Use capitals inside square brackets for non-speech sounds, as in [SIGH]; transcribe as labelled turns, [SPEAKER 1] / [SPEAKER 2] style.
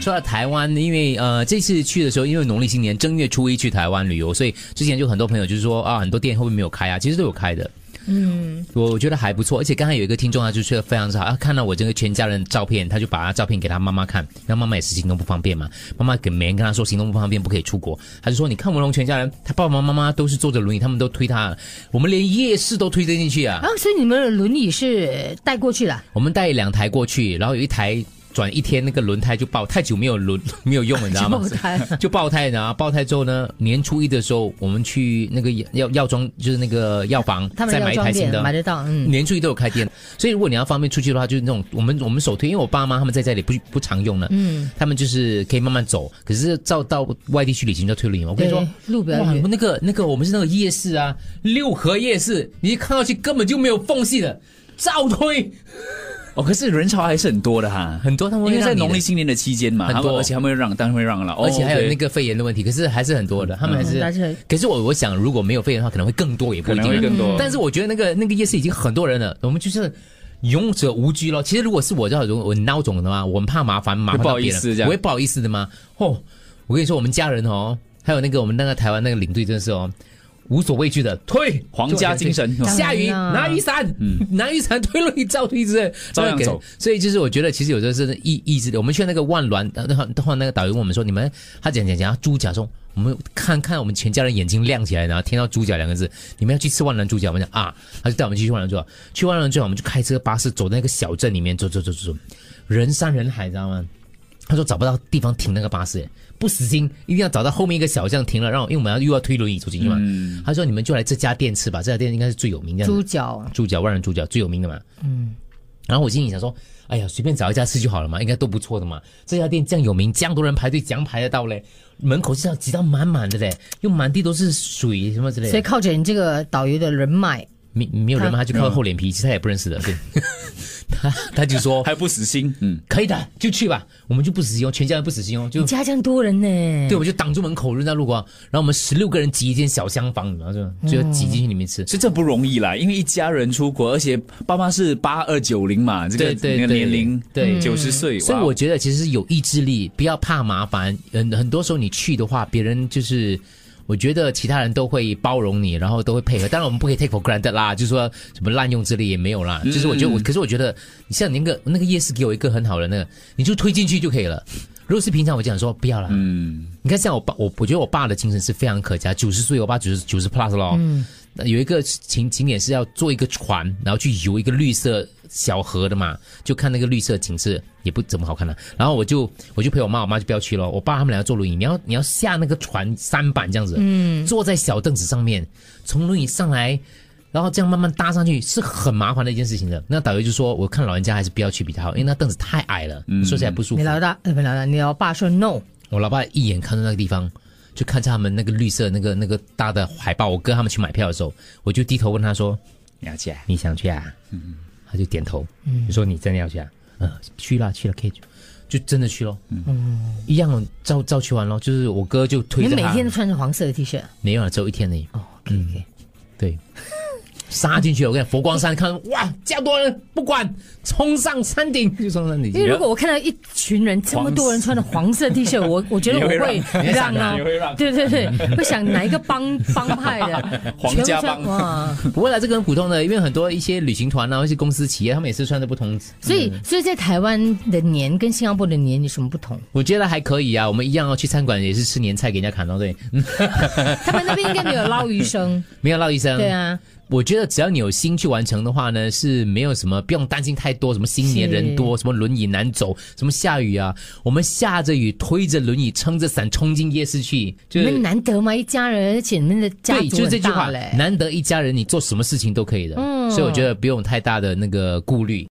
[SPEAKER 1] 说到台湾，因为呃这次去的时候，因为农历新年正月初一去台湾旅游，所以之前就很多朋友就是说啊，很多店会不会没有开啊？其实都有开的。嗯，我觉得还不错，而且刚才有一个听众他就说得非常之好，啊，看到我这个全家人的照片，他就把他照片给他妈妈看，然后妈妈也是行动不方便嘛，妈妈给每人跟他说行动不方便不可以出国，他就说你看文龙全家人，他爸爸妈妈都是坐着轮椅，他们都推他，我们连夜市都推得进去啊
[SPEAKER 2] 啊，，所以你们的轮椅是带过去了，
[SPEAKER 1] 我们带两台过去，然后有一台转一天那个轮胎就爆，太久没有轮没有用了，你知道吗？
[SPEAKER 2] 后台
[SPEAKER 1] [LAUGHS] 就爆胎，然后爆胎之后呢，年初一的时候，我们去那个药药妆，就是那个药房，
[SPEAKER 2] 他们
[SPEAKER 1] 再
[SPEAKER 2] 的
[SPEAKER 1] 买
[SPEAKER 2] 药
[SPEAKER 1] 一台
[SPEAKER 2] 妆
[SPEAKER 1] 新
[SPEAKER 2] 店
[SPEAKER 1] 的，
[SPEAKER 2] 买得到，嗯，
[SPEAKER 1] 年初一都有开店，所以如果你要方便出去的话，就是那种我们我们手推，因为我爸妈他们在家里不不常用的，嗯，他们就是可以慢慢走，可是照到外地去旅行就推轮椅嘛。我跟你说
[SPEAKER 2] 对，路比较
[SPEAKER 1] 哇，
[SPEAKER 2] 远
[SPEAKER 1] 那个那个我们是那个夜市啊，六合夜市，你一看到去根本就没有缝隙的，照推
[SPEAKER 3] 哦，可是人潮还是很多的哈，
[SPEAKER 1] 很多他们
[SPEAKER 3] 因
[SPEAKER 1] 会
[SPEAKER 3] 为在
[SPEAKER 1] 让你的
[SPEAKER 3] 农历新年的期间嘛，
[SPEAKER 1] 很多
[SPEAKER 3] 他们而且他们会让，当然会让了，哦
[SPEAKER 1] 而且还有
[SPEAKER 3] OK
[SPEAKER 1] 那个肺炎的问题，可是还是很多的，他们嗯还是。
[SPEAKER 2] 嗯但是
[SPEAKER 1] 可是我我想，如果没有肺炎的话，可能会更多，也不
[SPEAKER 3] 可
[SPEAKER 1] 一定
[SPEAKER 3] 能会
[SPEAKER 1] 啊。
[SPEAKER 3] 更多，
[SPEAKER 1] 但是我觉得那个那个夜市已经很多人了，我们就是。勇者无惧咯。其实如果是我这种我孬种的嘛，我很怕麻烦，麻烦到别
[SPEAKER 3] 会不好意思
[SPEAKER 1] 人，我
[SPEAKER 3] 这样
[SPEAKER 1] 会不好意思的嘛。哦，我跟你说，我们家人哦，还有那个我们那个台湾那个领队真的是哦，无所畏惧的，退
[SPEAKER 3] 皇家精。神，
[SPEAKER 1] 对下雨
[SPEAKER 2] 当然啦
[SPEAKER 1] 拿雨伞，拿雨伞推轮椅照推之类，
[SPEAKER 3] 嗯照样走。
[SPEAKER 1] 所以就是我觉得其实有时候是意意志力。我们去那个万峦，然后然后那个导游问我们说，你们他讲讲讲猪脚说，我们看看我们全家人眼睛亮起来，然后听到猪脚两个字，你们要去吃万峦猪脚，我们讲啊，他就带我们去万峦猪脚，去万峦猪脚我们就开车巴士走到那个小镇里面走走走走走，人山人海，知道吗？他说找不到地方停那个巴士，不死心，一定要找到后面一个小巷停了，让我因为我们要又要推轮椅走进去嘛。
[SPEAKER 3] 嗯
[SPEAKER 1] 他说你们就来这家店吃吧，这家店应该是最有名这样子
[SPEAKER 2] 猪脚，
[SPEAKER 1] 猪脚万人猪脚最有名的嘛。嗯，然后我心里想说，哎呀，随便找一家吃就好了嘛，应该都不错的嘛。这家店这样有名，这样多人排队，怎样排得到嘞？门口是要挤到满满的嘞，又满地都是水什么之类
[SPEAKER 2] 所以
[SPEAKER 1] 的。
[SPEAKER 2] 靠着你这个导游的人脉，
[SPEAKER 1] 没没有人嘛，他就靠厚脸皮，其实他也不认识的。对，他他就说
[SPEAKER 3] 还不死心，嗯，
[SPEAKER 1] 可以的，就去吧，我们就不死心哦，全家人不死心哦，就
[SPEAKER 2] 你家这样多人呢，
[SPEAKER 1] 对，我们就挡住门口，扔在路过，然后我们十六个人挤一间小厢房，然后就就挤嗯进去里面吃。
[SPEAKER 3] 是这不容易啦，因为一家人出国，而且爸妈是八二九零嘛，这
[SPEAKER 1] 对
[SPEAKER 3] 个
[SPEAKER 1] 对
[SPEAKER 3] 那个
[SPEAKER 1] 对
[SPEAKER 3] 年龄，
[SPEAKER 1] 对
[SPEAKER 3] 九十岁，
[SPEAKER 1] 所以
[SPEAKER 3] 哇
[SPEAKER 1] 我觉得其实有意志力，不要怕麻烦。很很多时候你去的话，别人就是。我觉得其他人都会包容你，然后都会配合。当然，我们不可以 take for granted 啦，就是说什么滥用之力也没有啦。就是我觉得我，可是我觉得你像你那个那个夜市给我一个很好的那个，你就推进去就可以了。如果是平常，我讲说不要啦。嗯，你看像我爸，我我觉得我爸的精神是非常可嘉，九十岁，我爸九十九十 plus 咯。嗯，有一个景景点是要坐一个船，然后去游一个绿色小河的嘛，就看那个绿色景色也不怎么好看了、然后我就我就陪我妈，我妈就不要去了。我爸他们俩要坐轮椅，你要你要下那个船三板这样子，嗯，坐在小凳子上面，从轮椅上来。然后这样慢慢搭上去是很麻烦的一件事情的。那导游就说：“我看老人家还是不要去比较好，因为那凳子太矮了，坐起来不舒服。”
[SPEAKER 2] 你老大，呃不是老大，你老爸说 no，
[SPEAKER 1] 我老爸一眼看到那个地方，就看着他们那个绿色那个那个大的海报，我哥他们去买票的时候，我就低头问他说
[SPEAKER 3] 了解，：“
[SPEAKER 1] 你想去啊？”他就点头，嗯，说：“你真的要去啊？”嗯、去了去了，可以去，就真的去咯。嗯，一样照照去玩咯。就是我哥就推
[SPEAKER 2] 你
[SPEAKER 1] 着
[SPEAKER 2] 每
[SPEAKER 1] 他，
[SPEAKER 2] 天都穿着黄色的 T 恤，
[SPEAKER 1] 没有了，只有一天而已。嗯
[SPEAKER 2] 哦，OK OK，
[SPEAKER 1] 对，杀进去了！我跟你讲，佛光山看哇，这样多人不管，冲上山顶 [LAUGHS] 就冲上山顶。
[SPEAKER 2] 因为如果我看到一群人这么多人穿着黄色 T 恤，我
[SPEAKER 1] [LAUGHS]
[SPEAKER 2] 我觉得我会
[SPEAKER 3] 你
[SPEAKER 1] 会让
[SPEAKER 2] 让啊
[SPEAKER 3] 你会让，
[SPEAKER 2] 对
[SPEAKER 1] [LAUGHS]
[SPEAKER 2] 对对，会想哪一个帮帮派的
[SPEAKER 3] 皇
[SPEAKER 2] 全
[SPEAKER 3] 家帮
[SPEAKER 2] 部穿哇，
[SPEAKER 1] 不会啦，这个很普通的，因为很多一些旅行团啊，一些公司企业，他们也是穿着不同
[SPEAKER 2] 所以所以在台湾的年跟新加坡的年有什么不同？
[SPEAKER 1] 我觉得还可以啊，我们一样要去餐馆也是吃年菜给人家砍到对，嗯
[SPEAKER 2] 他们那边应该没有捞鱼生，
[SPEAKER 1] 没有廖医生。
[SPEAKER 2] 对，啊，
[SPEAKER 1] 我觉得只要你有心去完成的话呢，是没有什么不用担心太多，什么新年人多，什么轮椅难走，什么下雨啊，我们下着雨推着轮椅撑着伞冲进夜市去，就
[SPEAKER 2] 你
[SPEAKER 1] 是
[SPEAKER 2] 们难得嘛，一家人，而且你们的家
[SPEAKER 1] 对，就是
[SPEAKER 2] 族
[SPEAKER 1] 这
[SPEAKER 2] 很
[SPEAKER 1] 句话
[SPEAKER 2] 大，嘞。
[SPEAKER 1] 难得一家人，你做什么事情都可以的，
[SPEAKER 2] 嗯
[SPEAKER 1] 所以我觉得不用太大的那个顾虑。